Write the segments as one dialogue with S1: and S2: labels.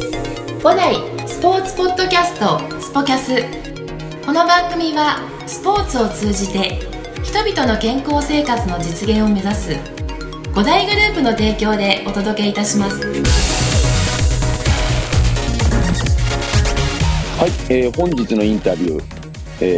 S1: 五代スポーツポッドキャストスポキャスこの番組はスポーツを通じて人々の健康生活の実現を目指す五大グループの提供でお届けいたします
S2: はい、えー本日のインタビュー、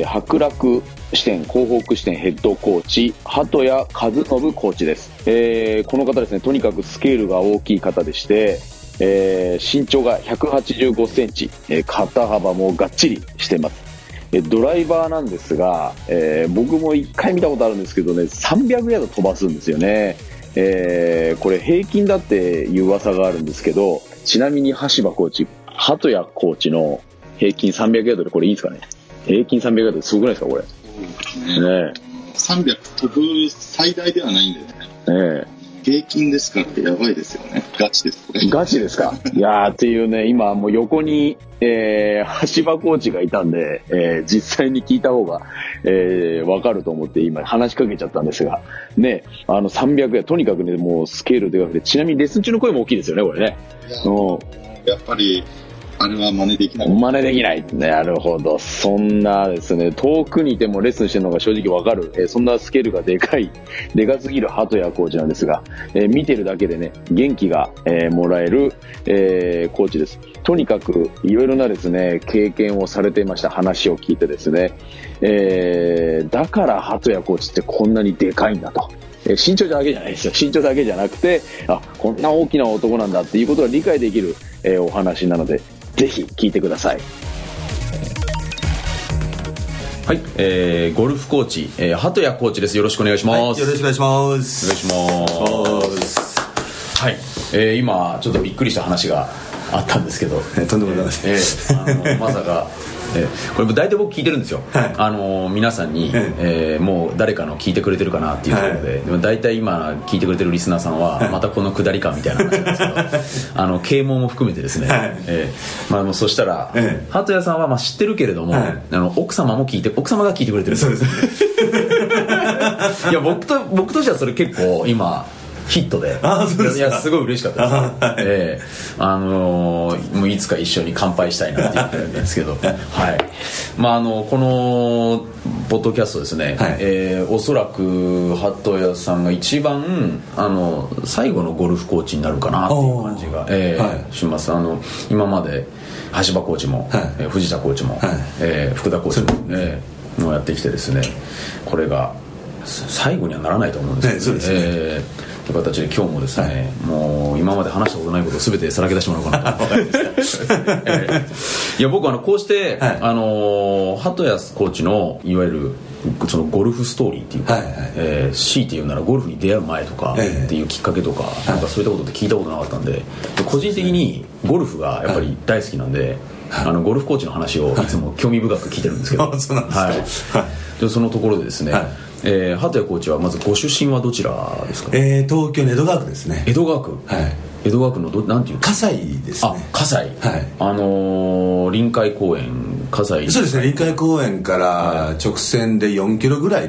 S2: えー白楽支店広北支店ヘッドコーチ鳩谷和信コーチです、えーこの方ですねとにかくスケールが大きい方でして、えー身長が1 8 5センチ、えー肩幅もがっちりしてますえードライバーなんですが、えー僕も1回見たことあるんですけどね300ヤード飛ばすんですよね、えーこれ平均だっていう噂があるんですけどちなみに橋場コーチ鳩谷コーチの平均300ヤードでこれいいですかね平均300ヤードですごくないですかこれ
S3: そうですね。
S2: ね
S3: 300飛ぶ最大ではないんでね。
S2: えね
S3: 平均ですからやばいですよね。ガチです、これ
S2: え。ガチですかいやーっていうね今もう横に、えー、橋場コーチがいたんで、えー実際に聞いた方が、えー、わかると思って今話しかけちゃったんですがねあの300ヤードとにかくねもうスケールでかくてちなみにレッスン中の声も大きいですよねこれね
S3: いや
S2: うん
S3: やっぱり、あれは真似できない。
S2: 真似できない。なるほど。そんなですね、遠くにいてもレッスンしてるのが正直わかる、えーそんなスケールがでかい、 でかすぎる鳩谷コーチなんですが、えー見てるだけでね、元気が、えーもらえる、えーコーチです。とにかく、いろいろなですね、経験をされていました話を聞いてですね、えーだから鳩谷コーチってこんなにでかいんだと。えー身長だけじゃないですよ。身長だけじゃなくて、あ、こんな大きな男なんだっていうことが理解できる、えーお話なので、ぜひ聞いてください。
S4: はい、えー、ゴルフコーチ、えー、鳩谷コーチです。よろしくお願いします。
S5: はい、よろしくお願いしま
S4: お
S5: す
S4: 願いします。はい、えー、今、ちょっとびっくりした話があったんですけど、
S5: えとんでもございません、
S4: えー、あのまさか、えー、これ、大体僕聞いてるんですよ。あのー皆さんに、
S5: え
S4: えーもう誰かの聞いてくれてるかなっていうところで、でも大体今、聞いてくれてるリスナーさんは、またこの下りかみたいな話なんです けど、あの、啓蒙も含めてですね、
S5: はい
S4: えーまあ、もうそしたら、
S5: ええ
S4: 鳩谷さんはまあ知ってるけれども、
S5: はい
S4: あの奥様も聞いて、奥様が聞いてくれてるんです
S5: そうです
S4: いや僕と僕としてはそれ結構今ヒットで
S5: あそうですか
S4: いやすごい嬉しかったです、ええあのーもういつか一緒に乾杯したいなって言ってるんですけどはいまああのこのポッドキャストですね、
S5: はい
S4: えーおそらく鳩谷さんが一番あの最後のゴルフコーチになるかなっていう感じが
S5: おー、
S4: ええ
S5: はい
S4: しますあの今まで橋場コーチも、
S5: はい
S4: えー藤田コーチも、
S5: はい
S4: えー福田コーチも、えーもうやってきてですねこれがさ最後にはならないと思うんですけど、
S5: ええそうです
S4: えーという形で今日もですね、もう今まで話したことないことを全てさらけ出してもらおうかな と えーいや僕あのこうして、
S5: はい
S4: あのー鳩谷コーチのいわゆるそのゴルフストーリーっていうか、
S5: はいはい
S4: えー強いて言うならゴルフに出会う前とかっ
S5: ええ
S4: ていうきっかけとか,、なんかそういったことって聞いたことなかったんでで個人的にゴルフがやっぱり大好きなんで、あのゴルフコーチの話をいつも興味深く聞いてるんですけど、
S5: あそうなんですか
S4: はいでそのところでですね、
S5: はい
S4: えー鳩谷コーチはまずご出身はどちらですか、
S5: えー、東京の江戸川区ですね
S4: 江戸川区、
S5: はい
S4: 江戸川区のどなんていう
S5: 葛西です
S4: あ
S5: ね
S4: 葛西、
S5: はい
S4: あのー臨海公園葛西
S5: そうですね臨海公園から直線で4キロぐらい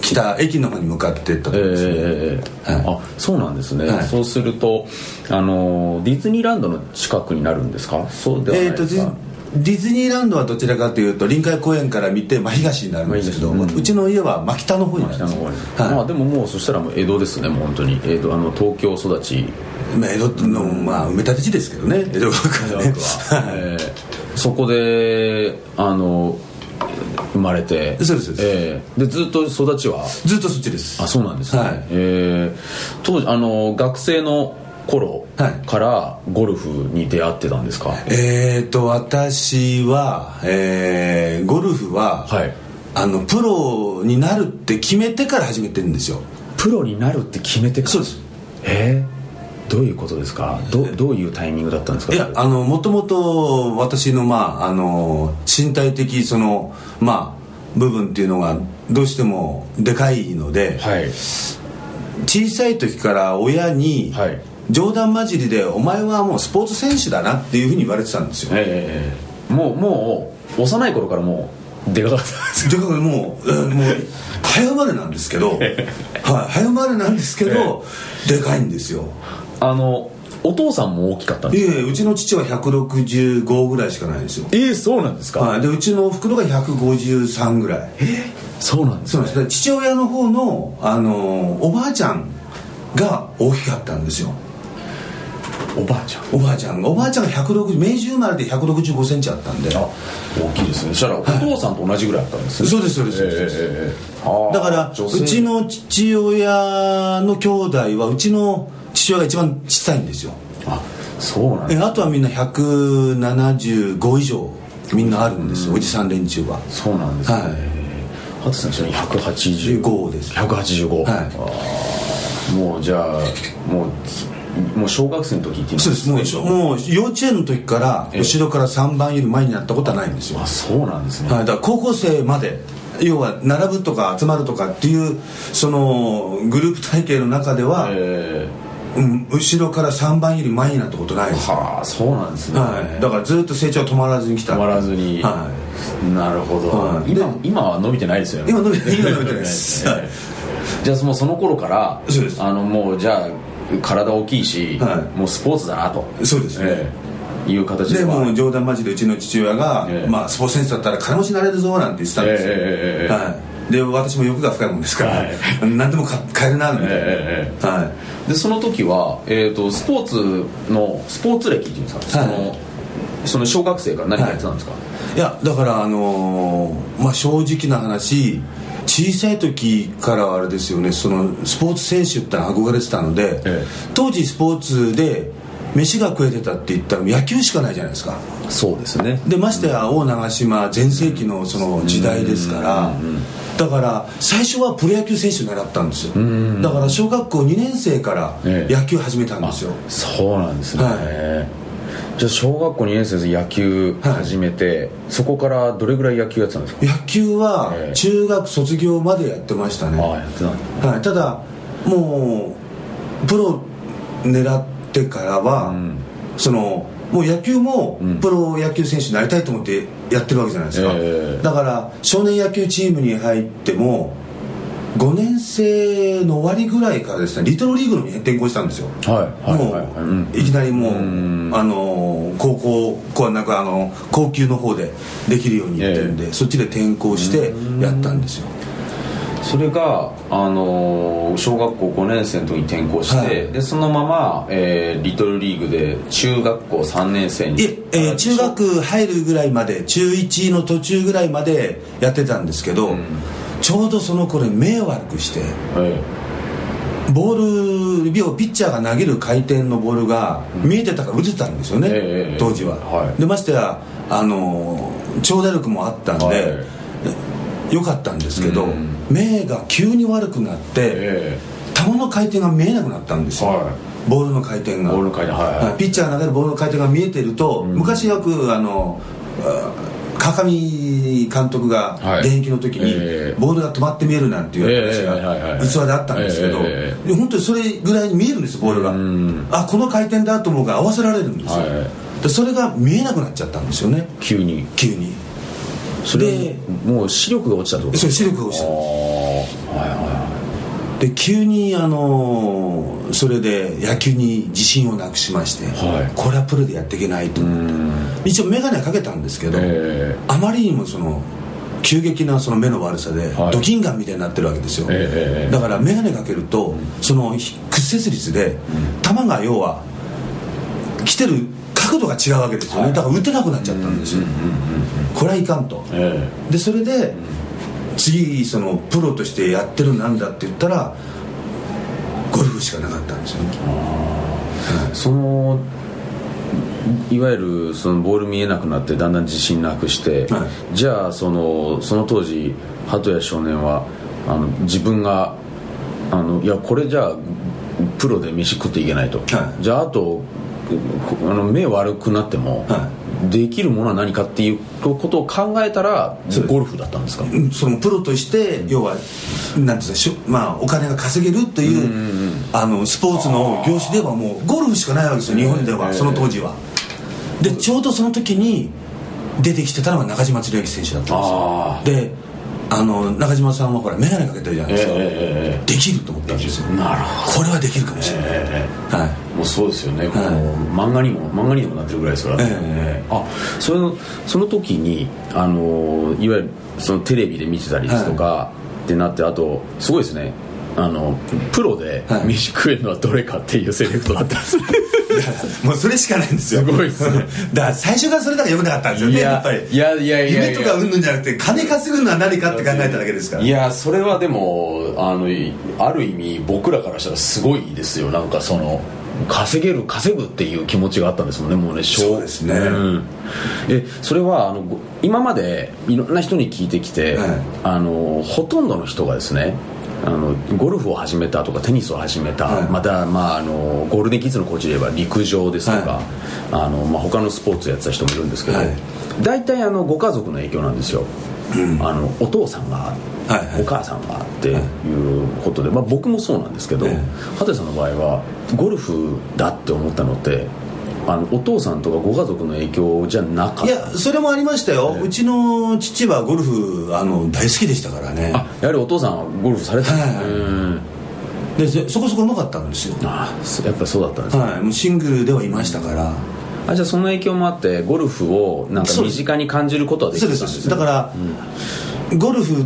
S5: 北駅の方に向かっていったところですね、
S4: ええ
S5: はい
S4: あそうなんですね、
S5: はい
S4: そうするとあのディズニーランドの近くになるんですかそうではな
S5: え
S4: い
S5: ー、
S4: で
S5: とデ
S4: すか
S5: ィ、ディズニーランドはどちらかというと臨海公園から見て真東になるんですけど
S4: 真東
S5: うちの家は真北の方になる
S4: 北
S5: んで
S4: の
S5: す
S4: 方に、
S5: はい
S4: まあでももうそしたらもう江戸ですねもう本当に江戸あの東京育ち
S5: まあ江戸の、まあ、埋め立て地ですけどね江戸川区はね
S4: えーそこであの生まれて
S5: そうですそうです
S4: えーでずっと育ちは
S5: ずっとそっちです
S4: あそうなんですね、
S5: はい
S4: えー当時あの学生の頃
S5: はい
S4: からゴルフに出会ってたんですか、
S5: えー、と私は、えーゴルフは、
S4: はい
S5: あのプロになるって決めてから始めてるんですよ
S4: プロになるって決めてから
S5: そうです
S4: えーどういうことですかどどういうタイミングだったんですか
S5: いやあのもともと私のまああの身体的そのまあ部分っていうのがどうしてもでかいので、
S4: はい
S5: 小さい時から親に、
S4: はい
S5: 冗談交じりで「お前はもうスポーツ選手だな」っていうふうに言われてたんですよ
S4: えーもうもう幼い頃からもうでかかったんです
S5: だからもう、えーもう早生まれなんです けど、はい、早生まれなんですけど、でかいんですよ
S4: あのお父さんも大きかったん
S5: い
S4: ですか
S5: えいえうちの父は165ぐらいしかないですよ
S4: えー、そうなんですか、
S5: はい、でうちのおふくろが153ぐらい
S4: そうなんです
S5: そう
S4: ね
S5: ですね父親の方の、あのーおばあちゃんが大きかったんですよ
S4: おばあちゃん
S5: おばあちゃんがおばあちゃんが160明治生まれで1 6 5ンチあったんで
S4: あ大きいですねそしたらお父さんと同じぐらいあったんですね、
S5: そうですそうですそうです
S4: えーえーえーあー
S5: だから
S4: 女性
S5: うちの父親の兄弟はうちの父親が一番小さいんですよ
S4: あそうなん
S5: え
S4: だ
S5: あとはみんな175以上みんなあるんですよおじさん連中は
S4: そうなんですね
S5: は
S4: ハツさんちなみに
S5: い
S4: 185
S5: 5です
S4: 185、
S5: は
S4: もうじゃあもうもう小学生の時っていうのはい
S5: そうですもうもう幼稚園の時から
S4: ええ
S5: 後ろから3番より前になったことはないんですよ
S4: あそうなんですね、
S5: はい、だから高校生まで要は並ぶとか集まるとかっていうそのグループ体系の中では、
S4: え
S5: うん、後ろから3番より前になったことないで
S4: ー
S5: す、
S4: はあそうなんですね、
S5: はい、だからずっと成長は止まらずに来た
S4: 止まらずに、
S5: は
S4: なるほど、
S5: はい
S4: 今
S5: で
S4: 今は伸びてないですよね
S5: 今伸びて今伸びてないです
S4: 伸びてないですねじゃあもうその頃から
S5: そうです
S4: あのもうじゃあ体大きいし、
S5: はい
S4: もうスポーツだなと
S5: い、そうですね、
S4: ええいう形
S5: で
S4: では
S5: もう冗談交じりでうちの父親が、
S4: ええ
S5: まあ、スポーツ選手だったら金持ちになれるぞなんて言ってたんですよ、
S4: ええええええ
S5: はい、で私も欲が深いもんですから、
S4: はい
S5: 何でも買買えるなみたいな、
S4: えええ
S5: はい
S4: でその時は、えー、とスポーツのスポーツ歴っていうんですか、
S5: はい
S4: そのその小学生から何かやってたんですか、
S5: いやだからあのーまあ正直な話小さい時からはあれですよねそのスポーツ選手って憧れてたので、
S4: ええ
S5: 当時スポーツで飯が食えてたって言ったら野球しかないじゃないですか
S4: そうですね
S5: でましてや王長嶋全盛期のその時代ですからだから最初はプロ野球選手を習ったんですよだから小学校2年生から
S4: ええ
S5: 野球始めたんですよ、
S4: そうなんですね、
S5: はい
S4: じゃあ小学校2年生で野球始めて、そこからどれぐらい野球やってたんですか
S5: 野球は
S4: ええ
S5: 中学卒業までやってましたね、
S4: ああやってたんだ
S5: はい、ただもうプロ狙ってからは、
S4: ん
S5: そのもう野球も
S4: ん
S5: プロ野球選手になりたいと思ってやってるわけじゃないですか、
S4: ええ
S5: だから少年野球チームに入っても5年生の終わりぐらいからですねリトルリーグの方に転校したんですよ
S4: はいはい
S5: もう、
S4: はいはいうん
S5: いきなりもう、
S4: ん
S5: あの高校こうなんかあの高級の方でできるようにやってるんで、そっちで転校してやったんですよ、
S4: それが、あのー小学校5年生の時に転校して、
S5: はい
S4: でそのまま、えーリトルリーグで中学校3年生に
S5: いええー中学入るぐらいまで中1の途中ぐらいまでやってたんですけど、
S4: うん
S5: ちょうどその頃に目を悪くして
S4: え
S5: ボール指をピッチャーが投げる回転のボールが見えてたから打てたんですよね、
S4: ええええ
S5: 当時は、
S4: はい
S5: でましてやあのー長打力もあったんで、
S4: はい
S5: 良かったんですけど、
S4: うん
S5: 目が急に悪くなって、
S4: え
S5: 球の回転が見えなくなったんですよ、
S4: は
S5: ボールの回転
S4: え
S5: が
S4: ボールの回ではい、
S5: はいピッチャーが投げるボールの回転が見えてると、
S4: ん
S5: 昔よくあのあ川上監督が
S4: はい
S5: 現役の時に、
S4: ええ
S5: ボールが止まって見えるなんていう話
S4: ええはいはいは
S5: が
S4: い
S5: 逸話であったんですけど、
S4: え
S5: で本当にそれぐらいに見えるんですよボールが、
S4: うん
S5: あこの回転だと思うから合わせられるんですよ、
S4: は
S5: でそれが見えなくなっちゃったんですよね
S4: 急に
S5: 急に
S4: それ
S5: で
S4: もう視力が落ちたってこと
S5: それ視力が落ち
S4: ああ
S5: た
S4: はいは
S5: で急にあのーそれで野球に自信をなくしまして、
S4: はい
S5: これはプロでやっていけないと
S4: い
S5: 思って、
S4: ん
S5: 一応眼鏡はかけたんですけど、
S4: え
S5: あまりにもその急激なその目の悪さで
S4: はい
S5: ドキンガンみたいになってるわけですよ、
S4: ええ
S5: だから眼鏡かけるとそのひ屈折率で球が要は来てる角度が違うわけですよね、
S4: はい
S5: だから打てなくなっちゃったんですよ、これはいかんと
S4: ええ
S5: でそれで次そのプロとしてやってるなんだって言ったらゴルフしかなかったんですよね
S4: えそのいわゆるそのボール見えなくなってだんだん自信なくして、
S5: は
S4: じゃあそのその当時鳩谷少年はあの自分があのいやこれじゃあプロで飯食っていけないと、
S5: はい
S4: じゃああとこあの目悪くなっても、
S5: は
S4: できるものは何かっていうことを考えたら
S5: そうです
S4: ゴルフだったんですか
S5: うんそのプロとして要はなんていうんですかしょ、まあ、お金が稼げるという,、あのスポーツの業種ではもうゴルフしかないわけですよ日本では、その当時はでちょうどその時に出てきてたのが中島つ之選手だった
S4: あ
S5: んですよであの中島さんはほら眼鏡かけてるじゃないですか、
S4: えええええ
S5: できると思ったんですよ
S4: なるほ
S5: これはできるかもしれない、はい、
S4: もうそうですよね、この漫画にも漫画にもなってるぐらいですからね、
S5: ええ
S4: あそれのその時にあのいわゆるそのテレビで見てたりですとか、ってなってあとすごいですねあのプロで
S5: はい
S4: 飯食えるのはどれかっていうセレクトだったんですね
S5: もうそれしかないんですよ
S4: すごいっすね
S5: だから最初からそれだけ読めなかったんですよ
S4: い
S5: ね
S4: や
S5: やっぱり
S4: いやいやいやいや
S5: 夢とかうんぬんじゃなくて金稼ぐのは何かって考えただけですから
S4: いやそれはでもあのいある意味僕らからしたらすごいですよなんかその稼げる稼ぐっていう気持ちがあったんですもんねもうね小
S5: そうですね
S4: ん、えそれはあのご今までいろんな人に聞いてきて、
S5: はい
S4: あのほとんどの人がですねあのゴルフを始めたとかテニスを始めた、
S5: はい
S4: また、まあ、あのゴールデンキッズのコーチで言えば陸上ですとか、
S5: は
S4: あのまあ、他のスポーツやってた人もいるんですけど、
S5: はい
S4: 大体あのご家族の影響なんですよ、あのお父さんが
S5: はいはい
S4: お母さんがっていうことで、まあ、僕もそうなんですけど、
S5: ええ
S4: 羽鳥さんの場合はゴルフだって思ったのってあのお父さんとかご家族の影響じゃなかっ
S5: い
S4: た
S5: やそれもありましたよ、うちの父はゴルフあの大好きでしたからね
S4: あやはりお父さんはゴルフされたんですね
S5: はい
S4: うん
S5: でそそこそこうまかったんですよ
S4: あそやっぱりそうだったんですね、
S5: はいもうシングルではいましたから
S4: あじゃあその影響もあってゴルフをなんか
S5: そう
S4: 身
S5: です
S4: 近に感じることはでき
S5: そ
S4: た
S5: うんで
S4: ですす
S5: そ
S4: ね
S5: うですだから、ゴルフ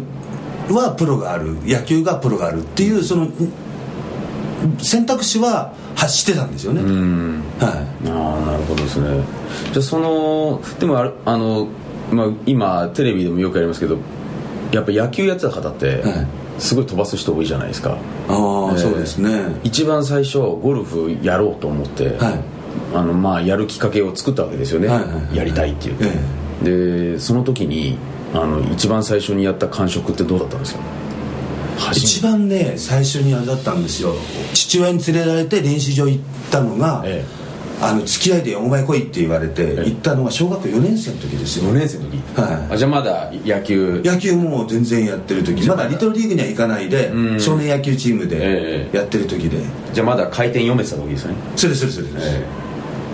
S5: はプロがある野球がプロがあるっていうその選択肢は発してたんですよね、
S4: うん
S5: はい
S4: ああなるほどですねじゃあそのでもあれあの、まあ、今テレビでもよくやりますけどやっぱ野球やってた方って、
S5: はい
S4: すごい飛ばす人多いじゃないですか
S5: ああ、
S4: えー
S5: そうですね
S4: 一番最初ゴルフやろうと思って、
S5: はい
S4: あのまあ、やるきっかけを作ったわけですよね、
S5: はいはいはい
S4: やりたいっていう、
S5: え
S4: でその時にあの一番最初にやった感触ってどうだったんですか初めて
S5: 一番ね最初にあれだったんですよ父親に連れられて練習場行ったのが、
S4: え
S5: あの付き合いでお前来いって言われて、
S4: え
S5: 行ったのが小学校4年生の時ですよ
S4: 4年生の時、
S5: はい
S4: あじゃあまだ野球
S5: 野球もう全然やってる時まだリトルリーグには行かないで、
S4: うん
S5: 少年野球チームで
S4: ええ
S5: やってる時で、
S4: じゃあまだ回転読めてた時ですね、
S5: それそれそれです、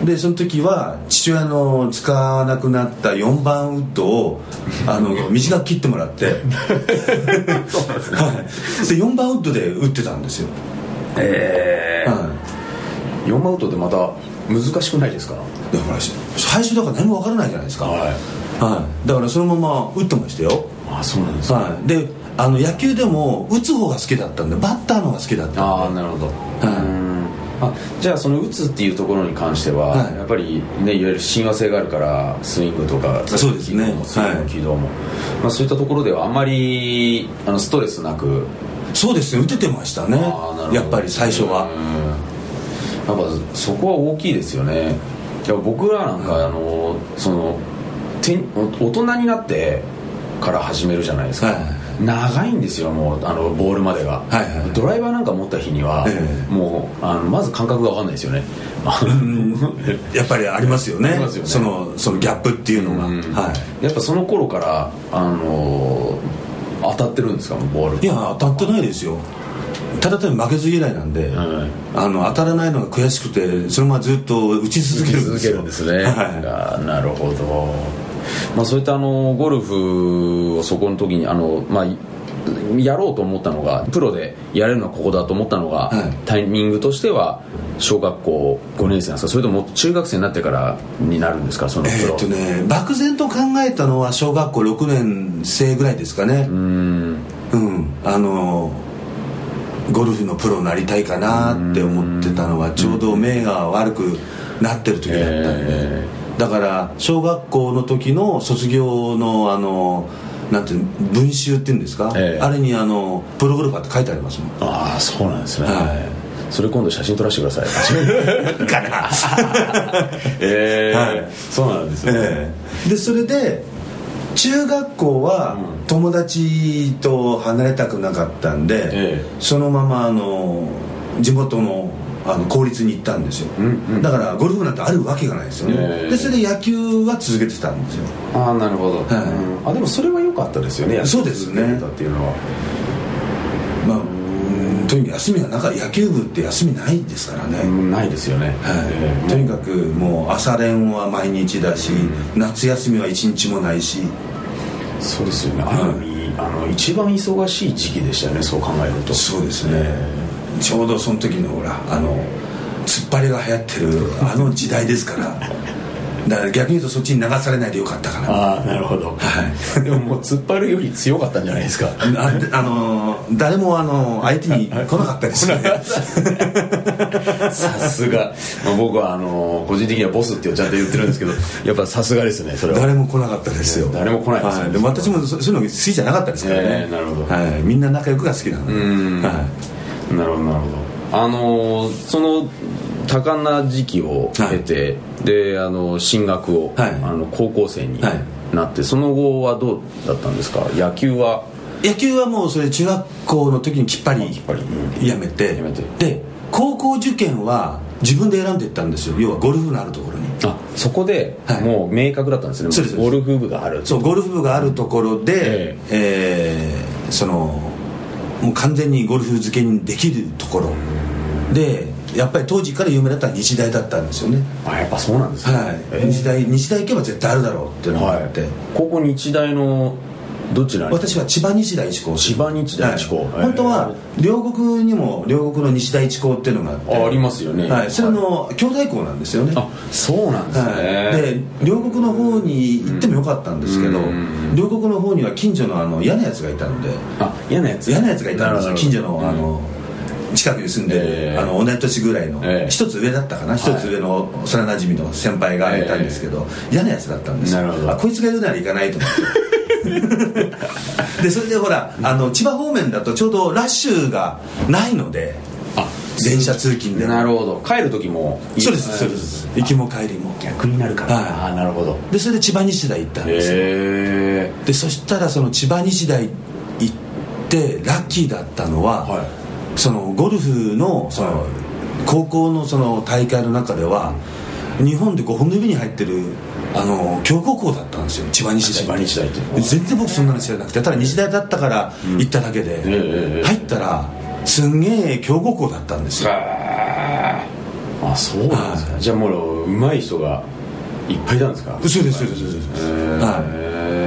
S5: でその時は父親の使わなくなった4番ウッドをあ の短く切ってもらって、はい、で4番ウッドで打ってたんですよ、
S4: ええ
S5: はい
S4: 4番ウッドってまた難しくないですか
S5: だから最初だから何もわからないじゃないですか、はいだからそのまま打ってましたよ、
S4: あそうなんですか
S5: はい、であの野球でも打つ方が好きだったんでバッターの方が好きだったんで
S4: ああなるほど、あじゃあその打つっていうところに関しては、
S5: はい
S4: やっぱりねいわゆる親和性があるからスイングとか
S5: そうですね
S4: 軌道もスイングの軌道も、まあ、そういったところではあんまりあのストレスなく
S5: そうですね打ててました
S4: あー
S5: ね
S4: なるほど
S5: やっぱり最初は
S4: やっぱそこは大きいですよねいや僕らなんか、あのそのてん大人になってから始めるじゃないですか、
S5: はい
S4: 長いんですよもうあのボールまでが、
S5: はいはい
S4: ドライバーなんか持った日には、
S5: ええ
S4: もうあのまず感覚が分かんないですよねあの
S5: やっぱりありますよね
S4: ありますよね
S5: そのそのギャップっていうのが、
S4: うん
S5: は
S4: やっぱその頃から、あの当たってるんですかボール
S5: いいや当たってないですよただ単に負けず嫌いなんで、
S4: はい
S5: あの当たらないのが悔しくてそのままずっと打ち続けるん
S4: 続
S5: です
S4: け
S5: よ
S4: るんですね、
S5: は
S4: あーなるほど、まあ、そういったあのゴルフをそこの時にあの、まあ、いやろうと思ったのがプロでやれるのはここだと思ったのが、
S5: はい
S4: タイミングとしては小学校5年生なんですかそれとも中学生になってからになるんですかその
S5: い、
S4: プ
S5: え
S4: ロ、
S5: ーっとね漠然と考えたのは小学校6年生ぐらいですかね
S4: うん
S5: うん、あのゴルフのプロになりたいかなって思ってたのはちょうど目が悪くなってる時だったんで、
S4: え
S5: だから小学校の時の卒業のあのなんていうの文集っていうんですか、
S4: ええ
S5: あれにあのプロゴルファーって書いてありますもん
S4: ああそうなんですね、
S5: は
S4: それ今度写真撮らせてください
S5: かな、
S4: ええ
S5: はい
S4: そうなんですね、
S5: ええでそれで中学校は友達と離れたくなかったんで、
S4: ええ
S5: そのままあの地元のあの公立に行ったんですよ、
S4: うんうん
S5: だからゴルフなんてあるわけがないですよね、
S4: ええ
S5: でそれで野球は続けてたんですよ
S4: ああなるほど、
S5: はい
S4: うんあでもそれは良かったですよね
S5: そうですね
S4: やってたっていうのは
S5: まあうんとにかく休みがなか野球部って休みないですからね、
S4: うんないですよね、
S5: はい、
S4: え
S5: と
S4: え
S5: にかくもう朝練は毎日だし、夏休みは一日もないし
S4: そうですよねある意味あの一番忙しい時期でしたよねそう考えると
S5: そうですねちょうどその時のほらあの突っ張りが流行ってるあの時代ですからだから逆に言うとそっちに流されないでよかったかな
S4: ああなるほど、 でももう突っ張るより強かったんじゃないです か
S5: あであのー誰もあのー相手に来なかったですね
S4: さすが、 まあ、僕はあの個人的にはボスってちゃんと言ってるんですけどやっぱさすがですねそれは
S5: 誰も来なかったですよ
S4: ね誰も来ないですよ
S5: はでも私もそそういうの好きじゃなかったですからね、
S4: ええなるほど
S5: はい、みんな仲良くが好きなので
S4: うん
S5: は
S4: なるほどなるほどあのーその多感な時期を経て、であの進学を、
S5: はい
S4: あの高校生に
S5: は、
S4: なって、その後はどうだったんですか野球はい
S5: 野球はもうそれ中学校の時にきっぱり
S4: やっぱり、
S5: やめて
S4: やめて
S5: で高校受験は自分で選んでいったんですよ要はゴルフのあるところに
S4: あそこで
S5: はい
S4: もう明確だったんですね、
S5: そうです
S4: ゴルフ部がある
S5: そうゴルフ部があるところで、えーそのもう完全にゴルフ漬けにできるところでやっぱり当時から有名だったのは日大だったんですよね
S4: あやっぱそうなんですね、
S5: はい、
S4: えー
S5: 日大日大行けば絶対あるだろうっていうのがあって、
S4: はい、高校日大のどちらに
S5: 私は千葉日大一高
S4: 千葉日大一高
S5: はい
S4: えー
S5: 本当は両国にも両国の日大一高っていうのがあって
S4: あありますよね
S5: はい、それの兄弟校なんですよね
S4: あそうなんですね、
S5: はい、で両国の方に行ってもよかったんですけど、
S4: うん
S5: 両国の方には近所のあの嫌なやつがいたので
S4: あ嫌なやつ
S5: 嫌なやつがいたんですよ近所のあ
S4: うん
S5: の、近くに住んでる、
S4: ええ
S5: あの同い年ぐらいの一、
S4: ええ
S5: つ上だったかな一つ上の幼なじみの先輩がいたんですけど、嫌なやつだったんですよ
S4: なるほど
S5: あこいつがいるなら行かないと思 ってでそれでほらあの千葉方面だとちょうどラッシュがないので
S4: あ
S5: 電車通勤でも
S4: なるほど帰る時も
S5: そうですそうです行きも帰りも
S4: 逆になるから
S5: はい
S4: ああなるほど
S5: でそれで千葉西大行ったんですよ
S4: へえ
S5: でそしたらその千葉西大行ってラッキーだったのは、
S4: は
S5: そのゴルフのその、
S4: はい
S5: 高校のその大会の中では日本で5本の指に入ってるあの強豪校だったんですよ千葉西
S4: 千葉
S5: 大
S4: 日大って
S5: 全然僕そんなの知らなくてただ西大だったから行っただけで、
S4: ええ
S5: 入ったらすんげえ強豪校だったんですよ
S4: ああそうなんですかじゃあもう上手い人がいっぱいいたんですか
S5: そうですそうですそうですは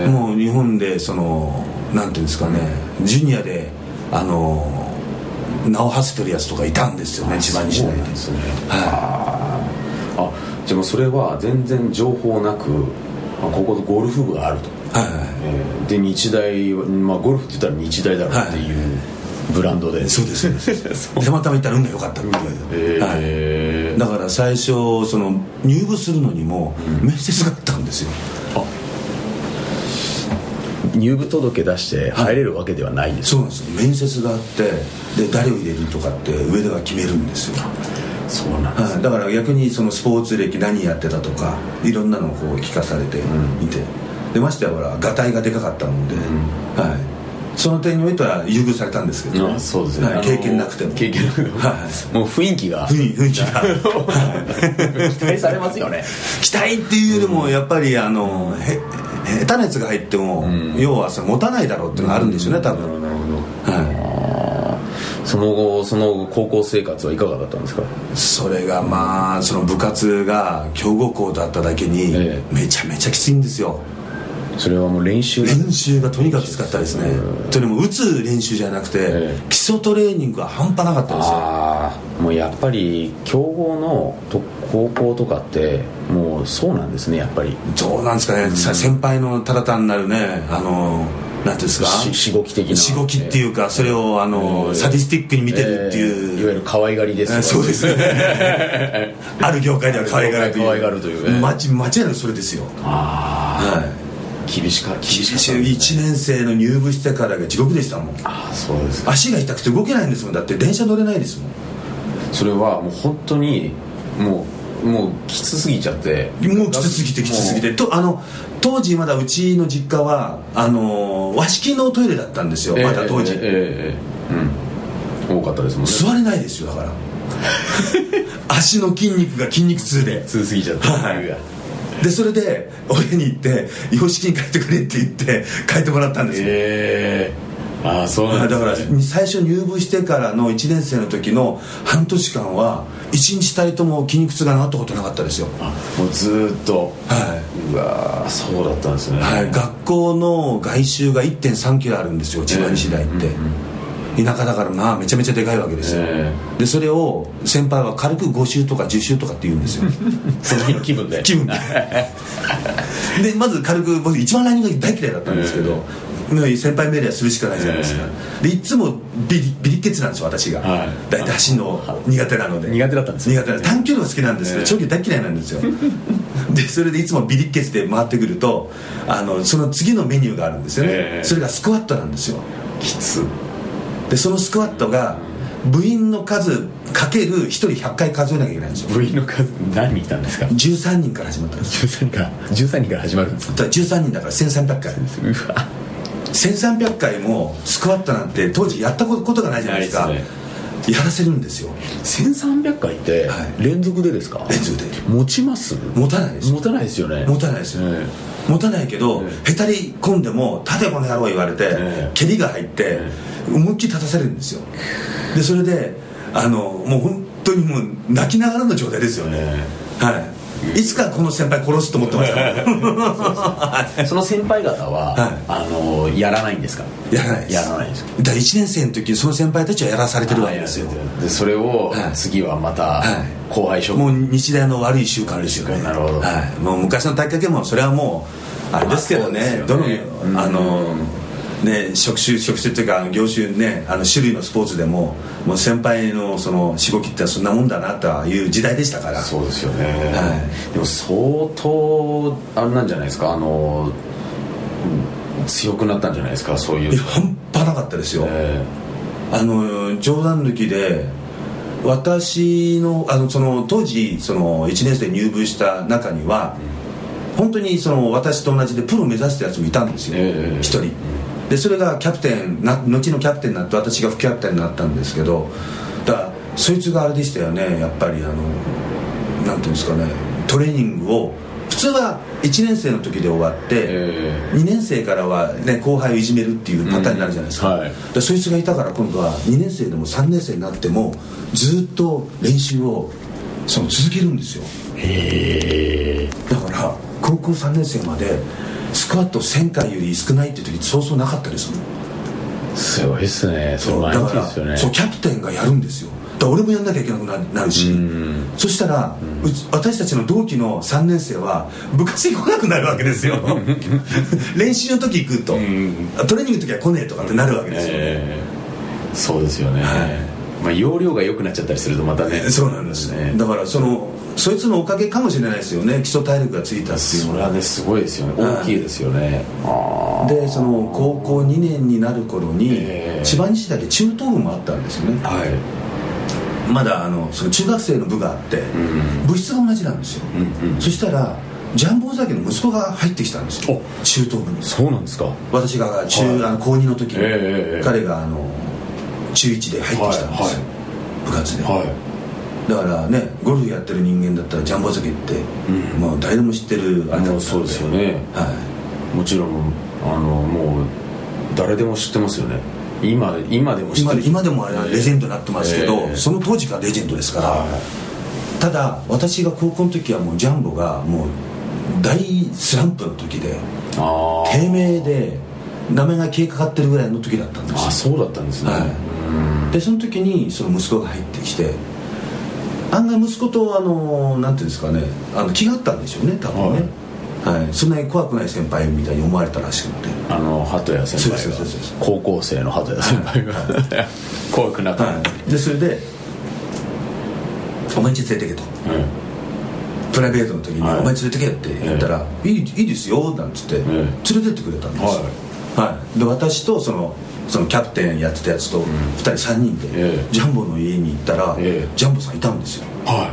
S5: いもう日本でそのなんていうんですかねジュニアであの名を馳せてるやつとかいたんですよね千葉にし
S4: そう
S5: ない
S4: なんですね
S5: は
S4: あじゃあもうそれは全然情報なくあここゴルフ部があると
S5: いは
S4: えーで日大は、まあ、ゴルフって言ったら日大だろうっていうブランドで、
S5: いそうですそうですたまたま行ったら運が良かったっていう、はい
S4: えー
S5: だから最初その入部するのにも面接があったんですよ
S4: 入部届出して入れるわけではないです、
S5: そうなんですよ面接があってで誰を入れるとかって上田が決めるんですよ
S4: そうなんです、
S5: はい、だから逆にそのスポーツ歴何やってたとかいろんなのをこう聞かされていて、でましてやほらがたいがでかかったもんで、はい、その点においては優遇されたんですけど、ね
S4: あそうですね、
S5: はい
S4: あの
S5: 経験なくても
S4: 経験なくても、
S5: はい
S4: もう雰囲気が
S5: 雰囲雰囲気が
S4: 期待されますよね
S5: 期待っていうよりもやっぱりあのへ下手なやつが入っても、要はその持たないだろうっていうのがあるんでしょうね多分、
S4: なるほ
S5: は
S4: どその後その後高校生活はいかがだったんですか
S5: い、それがまあその部活が強豪校だっただけに、
S4: え
S5: めちゃめちゃきついんですよ
S4: それはもう練習
S5: 練習がとにかく使ったですねというのも打つ練習じゃなくて、
S4: え
S5: 基礎トレーニングが半端なかったんですよ
S4: ああもうやっぱり強豪のと高校とかってもうそうなんですねやっぱり
S5: どうなんですかね、さ先輩のただ単になるねあのなんていうんですか
S4: ししごき的な
S5: しごきっていうかそれをあの、
S4: ええ
S5: サディスティックに見てるっていう、
S4: えーいわゆる可愛がりです
S5: えーそうですね ある業界では可愛がるという
S4: 可愛がるというね
S5: まち間違いなくそれですよ
S4: あ
S5: はい
S4: あ厳しか厳しかったんです
S5: 1
S4: ね
S5: 年生の入部してからが地獄でしたもん
S4: ああそうですか
S5: 足が痛くて動けないんですもんだって電車乗れないですもん
S4: それはもう本当にもうもうきつすぎちゃって
S5: もうきつすぎてきつすぎてとあの当時まだうちの実家はあのー和式のトイレだったんですよ
S4: もう
S5: まだ当時、
S4: えーえーえーえーうん多かったですもんね
S5: 座れないですよだから 足の筋肉が筋肉痛で
S4: きつすぎちゃって
S5: はいでそれで親に行って洋式に変えてくれって言って変えてもらったんですよ、
S4: ええああそうな
S5: あ
S4: んで
S5: だ
S4: す
S5: か
S4: ね
S5: ら最初入部してからの1年生の時の半年間は1日たりとも筋肉痛が治ったことなかったですよ
S4: あもうずーっと
S5: はいう
S4: わーそうだったんですね
S5: はい、学校の外周が1 3キロあるんですよ千葉西大って、田舎だからなめちゃめちゃでかいわけですよ、
S4: え
S5: でそれを先輩は軽く5周とか10周とかって言うんですよ
S4: その日の気分で
S5: 気分が でまず軽く僕一番ランニングが大嫌いだったんですけど、ね先輩命令はするしかないじゃないですか、でいつもビリビリケツなんですよ私が、
S4: はい
S5: 大体走るの苦手なので
S4: 苦手だったんですね
S5: 苦手な短距離は好きなんですけど、
S4: ええ
S5: 長距離大嫌いなんですよ でそれでいつもビリケツで回ってくるとあのその次のメニューがあるんですよね、
S4: ええ
S5: それがスクワットなんですよ
S4: きつ
S5: でそのスクワットが部員の数かける1人100回数えなきゃいけないんですよ
S4: 部員の数何人いたんですか
S5: 13人から始まったんです
S4: 13
S5: よ
S4: 人から13人から始まるんです
S5: だから13人だから1300回
S4: うわ
S5: 1300回もスクワットなんて当時やったことがないじゃないですか
S4: ないで
S5: やらせるんですよ
S4: 1300回って
S5: はい
S4: 連続でですか
S5: 連続で
S4: 持ちます
S5: 持たないですよ
S4: 持たないですよね
S5: 持たないですよ
S4: え
S5: 持たないけど、
S4: え
S5: へたり込んでも「立てこの野郎」言われて、
S4: ええ
S5: 蹴りが入って、
S4: え
S5: 思いっきり立たされるんですよでそれであのもう本当にもう泣きながらの状態ですよね、
S4: え
S5: はいいつかこの先輩殺すと思ってました
S4: えその先輩方は、
S5: はい
S4: あのやらないんですか
S5: やらないです
S4: やらないですか
S5: だ1年生の時その先輩たちはやらされてるわけですよ
S4: ああやらないでそれを、
S5: はい
S4: 次はまた、
S5: はい
S4: 後輩職
S5: もう日大の悪い習慣ですよね
S4: なるほど
S5: はい、もう昔の体育会系もそれはもうあれですけどね,、
S4: まあそ
S5: ど
S4: う
S5: の
S4: ですよねうん
S5: あのね職種職種っていうかあの業種ねあの種類のスポーツでももう先輩のそのしごきってそんなもんだなという時代でしたから
S4: そうですよね、
S5: は
S4: でも相当あれなんじゃないですかあのうん強くなったんじゃないですかそういう
S5: いや半端なかったですよ、
S4: え
S5: あの冗談抜きで私のあのその当時その1年生で入部した中には本当にその私と同じでプロ目指したやつもいたんですよ
S4: ええ
S5: 一、人でそれがキャプテンな後のキャプテンになって私が副キャプテンになったんですけどだからそいつがあれでしたよねやっぱりあのなんていうんですかねトレーニングを普通は1年生の時で終わって、
S4: え
S5: 2年生からは、ね、後輩をいじめるっていうパターンになるじゃないですか,、
S4: うんはい
S5: でそいつがいたから今度は2年生でも3年生になってもずっと練習をその続けるんですよだから高校3年生までスクワット1000回より少ないっていう時そうそうなかったですもん
S4: すごいっすねそれ
S5: だ
S4: 毎日です
S5: か
S4: よね
S5: らそうキャプテンがやるんですよだから俺もやんなきゃいけなくななるし
S4: うん
S5: そしたら、うち私たちの同期の3年生は部活に来なくなるわけで すよ練習の時行くと、
S4: ん
S5: トレーニングの時は来ねえとかってなるわけですよね、
S4: ええそうですよね、まあ容量が良くなっちゃったりするとまたね
S5: そうなんですねだからそのそいつのおかげかもしれないですよね基礎体力がついたっていう
S4: そ
S5: の
S4: れ
S5: は
S4: はねすごいですよね
S5: はい
S4: 大きいですよね、ああ
S5: でその高校2年になる頃に、
S4: ええ
S5: 千葉西だけ中等部もあったんですよね
S4: はい
S5: まだあのその中学生の部があっ
S4: ん
S5: て、部室が同じなんですよ、
S4: うんうん
S5: そしたらジャンボ尾崎の息子が入ってきたんですよ中等部に
S4: そうなんですか
S5: 私が中、
S4: はい
S5: あの高2の時に、
S4: ええええ
S5: 彼があの中1で入ってきたんです
S4: は
S5: よ、
S4: いはい
S5: 部活で、
S4: はい
S5: だからねゴルフやってる人間だったらジャンボ酒って、
S4: うん
S5: もう誰でも知ってるあれだったん
S4: もうそうですよね
S5: は
S4: もちろんあのもう誰でも知ってますよね今今でも
S5: い、
S4: 知っ
S5: 今
S4: てる
S5: 今でもあれはレジェンドになってますけど、
S4: ええ
S5: その当時からレジェンドですから、
S4: は
S5: ただ私が高校の時はもうジャンボがもう大スランプの時で
S4: いあー
S5: 低迷で名前が消えかかってるぐらいの時だったんですよ
S4: あそうだったんですね、
S5: はいでその時にその息子が入ってきて案外息子とあのなんていうんですかねあの気があったんでしょうね多分ね、はいそんなに怖くない先輩みたいに思われたらしくて
S4: あの鳩谷先輩
S5: そう
S4: が
S5: そうそうそう
S4: 高校生の鳩谷先輩が怖くなかった、
S5: はいでそれで「お前んち連れてけ」と
S4: うん
S5: プライベートの時に「
S4: はい
S5: お前連れてけ」って言ったら「いいいいですよ」なんつって連
S4: え
S5: れてってくれたんですよ、はい、で私とそのそのキャプテンやってたやつと2人3人で、
S4: ええ
S5: ジャンボの家に行ったら、
S4: ええ
S5: ジャンボさんいたんですよ
S4: は
S5: はい
S4: い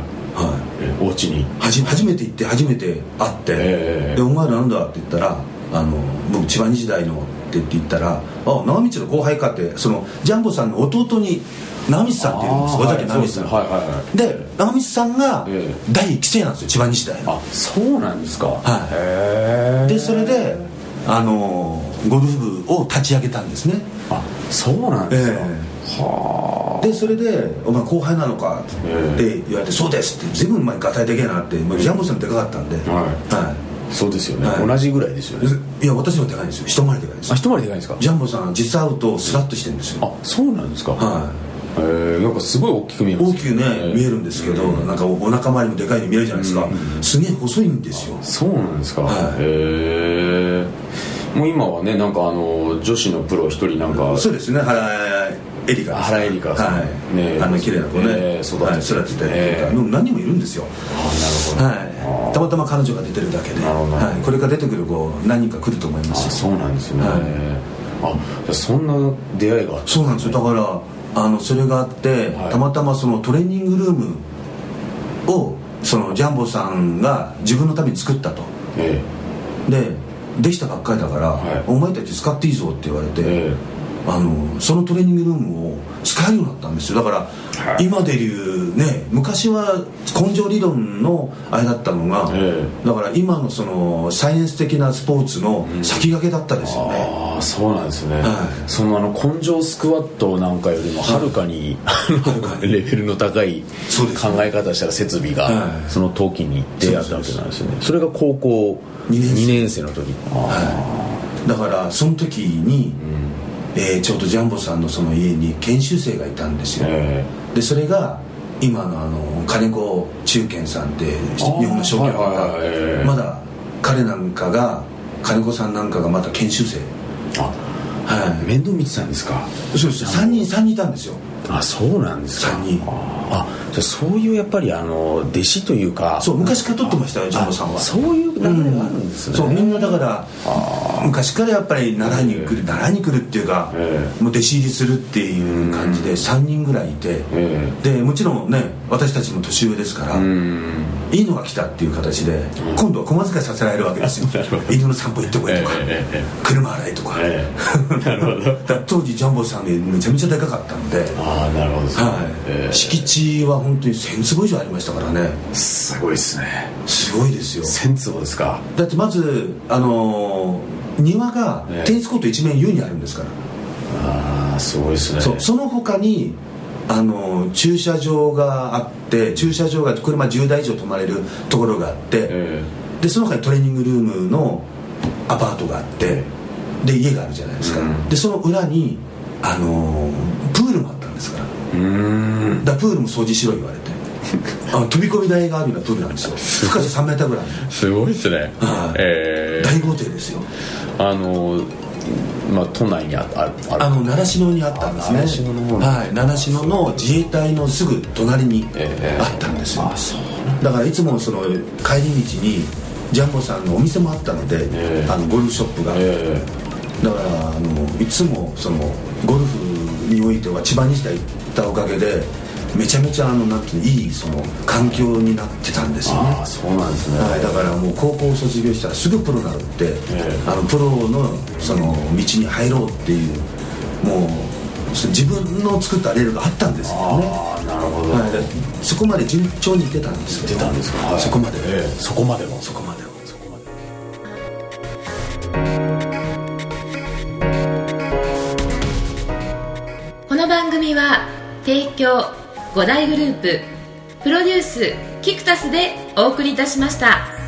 S4: えお家に
S5: はじ初めて行って初めて会って「
S4: ええ
S5: でお前らなんだ?」って言ったら「あの僕千葉西大の」って言ったら「あ直道の後輩か」ってそのジャンボさんの弟に直道さんっていうんです
S4: あー
S5: 尾崎
S4: そ
S5: 直道
S4: う
S5: さ、
S4: んですねはいはいはい
S5: で直道さんが
S4: ええ
S5: 第1期生なんですよ千葉西大の
S4: あそうなんですか
S5: はい
S4: へえ
S5: でそれであのゴルフ部を立ち上げたんですね
S4: あそうなんですか、
S5: え
S4: は
S5: でそれで「お前後輩なのか」って言われて「そうです」って随分前にガタイでけえなって、まあ、ジャンボさんでかかったんで、
S4: はい
S5: はい
S4: そうですよね、
S5: はい
S4: 同じぐらいですよね
S5: いや私のでかいんですよ一回りでかいんです
S4: あ
S5: よ
S4: 一回りでかいんですか
S5: ジャンボさん実は会うとスラッとしてるんですよ
S4: あそうなんですか、
S5: は
S4: えー、なんかすごい大きく見え
S5: い
S4: ます
S5: 大きくね、見えるんですけど、なんかお腹周りもでかいの見えるじゃないですか、すげえ細いんですよ
S4: そうなんですか、
S5: はい
S4: へえもう今はねなんかあの女子のプロ一人なんか、
S5: そうですね原エリカです
S4: 原英莉花さん
S5: はい、
S4: ね
S5: あの綺麗な子ね、
S4: ね育てて
S5: はい、育てて、
S4: ね
S5: でも何人もいるんですよ
S4: あなるほど、
S5: はい、たまたま彼女が出てるだけで、
S4: なるほど
S5: はい、これから出てくる子何人か来ると思いま
S4: あ
S5: すよ
S4: そうなんですね、
S5: はい
S4: あじゃあそんな出会いがあって
S5: そうなんですよだからあのそれがあって、
S4: はい
S5: たまたまそのトレーニングルームをそのジャンボさんが自分のために作ったと
S4: え
S5: でできたばっかりだから、
S4: はい
S5: お前たち使っていいぞって言われて、
S4: ええ
S5: あのそのトレーニングルームを使えるようになったんですよだから、
S4: はい
S5: 今でいうね昔は根性理論のあれだったのが、
S4: え
S5: だから今のそのサイエンス的なスポーツの先駆けだったですよね、
S4: ああそうなんですね、
S5: はい
S4: そのあの根性スクワットなんかよりもはるかに、あの レベルの高い考
S5: そうです
S4: え方したら設備が
S5: はい
S4: その時に出会ったわけなんですよねそれが高校
S5: 二年生
S4: 2年生の時
S5: だからその時に、えーちょうどジャンボさんのその家に研修生がいたんですよ、
S4: え
S5: でそれが今のあの金子中堅さんって日本の商業
S4: はいはいはいええ
S5: がまだ彼なんかが金子さんなんかがまだ研修生
S4: えあ
S5: は
S4: 面倒見てたんですか
S5: いそうです3人3人いたんですよ
S4: あそうなんですか
S5: 三人
S4: あじゃあそういうやっぱりあの弟子というか
S5: そう昔から取ってましたよジャンボさんは
S4: あそういう流れがあるんですね、
S5: そうみんなだから昔からやっぱり習いに来る習いに来るっていうか、
S4: え
S5: もう弟子入りするっていう感じで3人ぐらいいて、
S4: え
S5: でもちろんね私たちも年上ですから、
S4: うん
S5: いいのが来たっていう形で、今度は小遣いさせられるわ けですよ犬の散歩行ってこいとか、
S4: ええ
S5: 車洗いとか、
S4: ええなる ほど
S5: だから当時ジャンボさんでめちゃめちゃでかかったので、
S4: ああなるほどですね
S5: はい
S4: ええ
S5: 敷地は本当に1000坪以上ありましたからね
S4: すごいですね
S5: すごいですよ
S4: 1000坪ですか
S5: だってまずあのー庭が
S4: ええ
S5: テニスコート一面優にあるんですから、
S4: ああすごいですね
S5: そうその他にあの駐車場があって駐車場が車10台以上止まれるところがあって、
S4: え
S5: でその中にトレーニングルームのアパートがあってで家があるじゃないですか、
S4: うん
S5: でその裏にあのープールもあったんですから
S4: えうーん
S5: だからプールも掃除しろ言われ てあの飛び込み台があるようなプールなんですよ深さ3メーターぐらい
S4: すごいですね
S5: はい
S4: ええ
S5: 大豪邸ですよ
S4: あのまあ都内にああある
S5: あの習志野にあったんですね
S4: あ習志野の方に
S5: はい習志野の自衛隊のすぐ隣に
S4: ええ
S5: あったんですよ、
S4: あそう
S5: だからいつもその帰り道にジャンボさんのお店もあったので、
S4: ええ
S5: あのゴルフショップが、
S4: え
S5: だからあのいつもそのゴルフにおいては千葉西大行ったおかげでめちゃめちゃあのなんていうのいいその環境になってたんですよね
S4: ああそうなんですね
S5: はい、だからもう高校を卒業したらすぐプロになるって、
S4: え
S5: あのプロのその道に入ろうっていうもうそ自分の作ったレールがあったんですよね、
S4: ああなるほど、
S5: はい、だからそこまで順調にいってたんですけど
S4: 出たんですか、はい
S5: そこまで、
S4: ええそこまでも
S5: そこまで
S4: そこまで
S1: この番組は提供五大グループプロデュースキクタスでお送りいたしました。